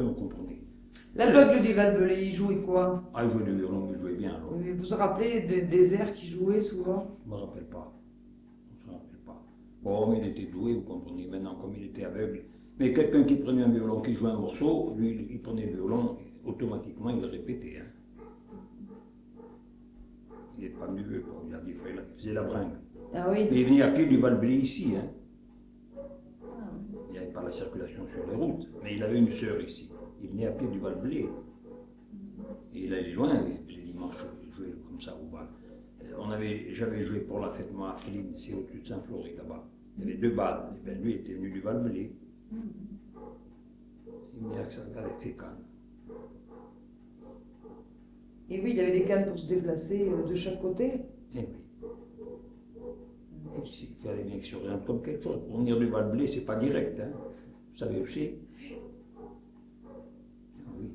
vous comprenez. La dogue du Valbelay, il jouait quoi Ah, il jouait du violon, il jouait bien alors. Vous vous rappelez des, des airs qu'il jouait souvent Je ne me rappelle pas. Je me rappelle pas. Bon, il était doué, vous comprenez, maintenant, comme il était aveugle. Mais quelqu'un qui prenait un violon, qui jouait un morceau, lui, il- il prenait le violon, automatiquement, il le répétait. hein. Il n'est pas mieux, quoi. il a dit, il faisait la bringue. Ah oui Mais il venait à pied du Valbelay ici. hein. Il n'y avait pas la circulation sur les routes, mais il avait une sœur ici. Il venait à pied du Valblé. Et il allait loin, les- les dimanches, il jouait comme ça au bal. Euh, On avait, j'avais joué pour la fête moi à Féline, c'est au-dessus de Saint-Flory là-bas. Il y avait deux balles. Et ben, lui était venu du Valblé. Il venait avec, sa- avec ses cannes. Et oui, il avait des cannes pour se déplacer euh, de chaque côté. Eh oui. Et c'est- Il fallait bien que sur un comme quelque chose. Pour venir du Valblé, c'est pas direct, hein. Vous savez aussi. Ah oui.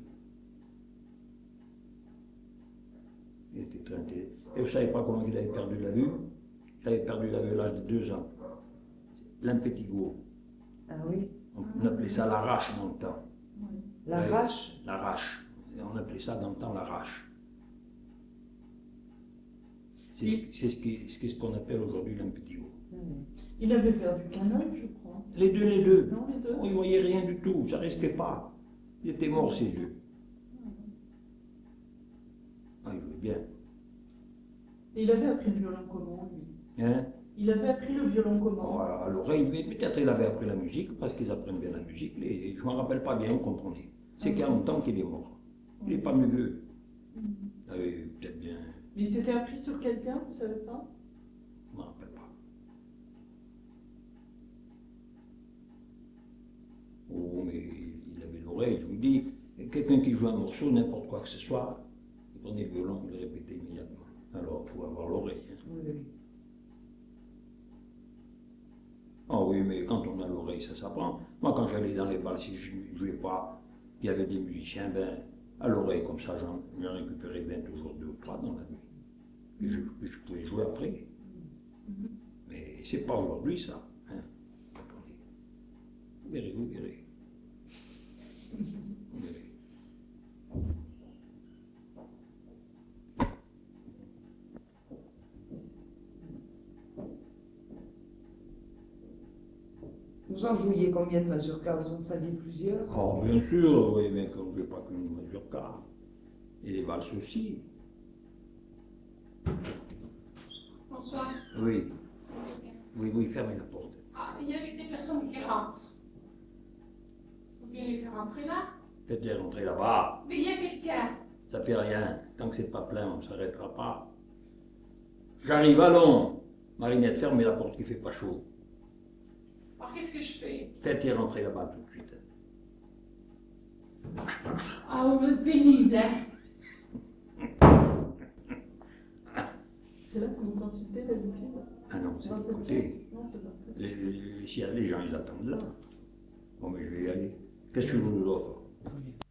Il était très intelligent. Et vous savez pas comment il avait perdu la vue Il avait perdu la vue à l'âge de deux ans. L'impétigo. Ah oui On, on appelait ça l'arrache dans le temps. La Ouais. vache L'arrache. Et On appelait ça dans le temps l'arrache. C'est ce, c'est ce qui- ce qu'est-ce qu'on appelle aujourd'hui l'impétigo. Ah, Il avait perdu qu'un œil, je crois. Les deux, les deux. Non, les deux On ne voyait rien du tout, ça restait pas. Il était mort, ses yeux. Ah, il jouait bien. Et Il avait appris le violon comment, lui Hein? Il avait appris le violon Bon, comment à à l'oreille, mais peut-être il avait appris la musique, parce qu'ils apprennent bien la musique. les- je ne me rappelle pas bien, on comprenait. C'est qu'il y a longtemps qu'il est mort. Il n'est pas mieux. Ah Mhm. peut-être bien, Mais il s'était appris sur quelqu'un, vous savez pas je ne me rappelle pas. Oh, mais il avait l'oreille, je vous dis. Quelqu'un qui joue un morceau, n'importe quoi que ce soit, il prenait le violon, il le répétait immédiatement. Alors, il faut avoir l'oreille. hein. Oui, oui. Ah oui, mais quand on a l'oreille, ça s'apprend. Moi, quand j'allais dans les balles, si je ne jouais pas, il y avait des musiciens, ben, à l'oreille, comme ça, j'en j'en récupérais bien toujours deux ou trois dans la nuit. Que je, que je pouvais jouer après. Mais c'est pas aujourd'hui, ça. hein. Comprenez Vous verrez, vous verrez. Vous verrez. Vous en jouiez combien de mazurkas Vous en saviez plusieurs Oh, bien sûr, oui, mais qu'on ne veut pas qu'une mazurka. Et les valses aussi. Bonsoir. Oui. Oui, oui, fermez la porte. Ah, il y avait des personnes qui rentrent. Faut bien les faire rentrer là. Faites-les rentrer là-bas. Mais il y a quelqu'un. Ça fait rien. Tant que c'est pas plein, on ne s'arrêtera pas. J'arrive, allons Marinette, fermez la porte qui fait pas chaud. Alors qu'est-ce que je fais Faites-les rentrer là-bas tout de suite. Ah, vous êtes pénible, hein C'est là que vous consultez d'habitude Ah non, c'est Dans de cette côté. pièce Non, c'est pas ça. Les, les- les- s'il y a les gens, ils attendent là. Bon, mais je vais y aller. Qu'est-ce que je vous offre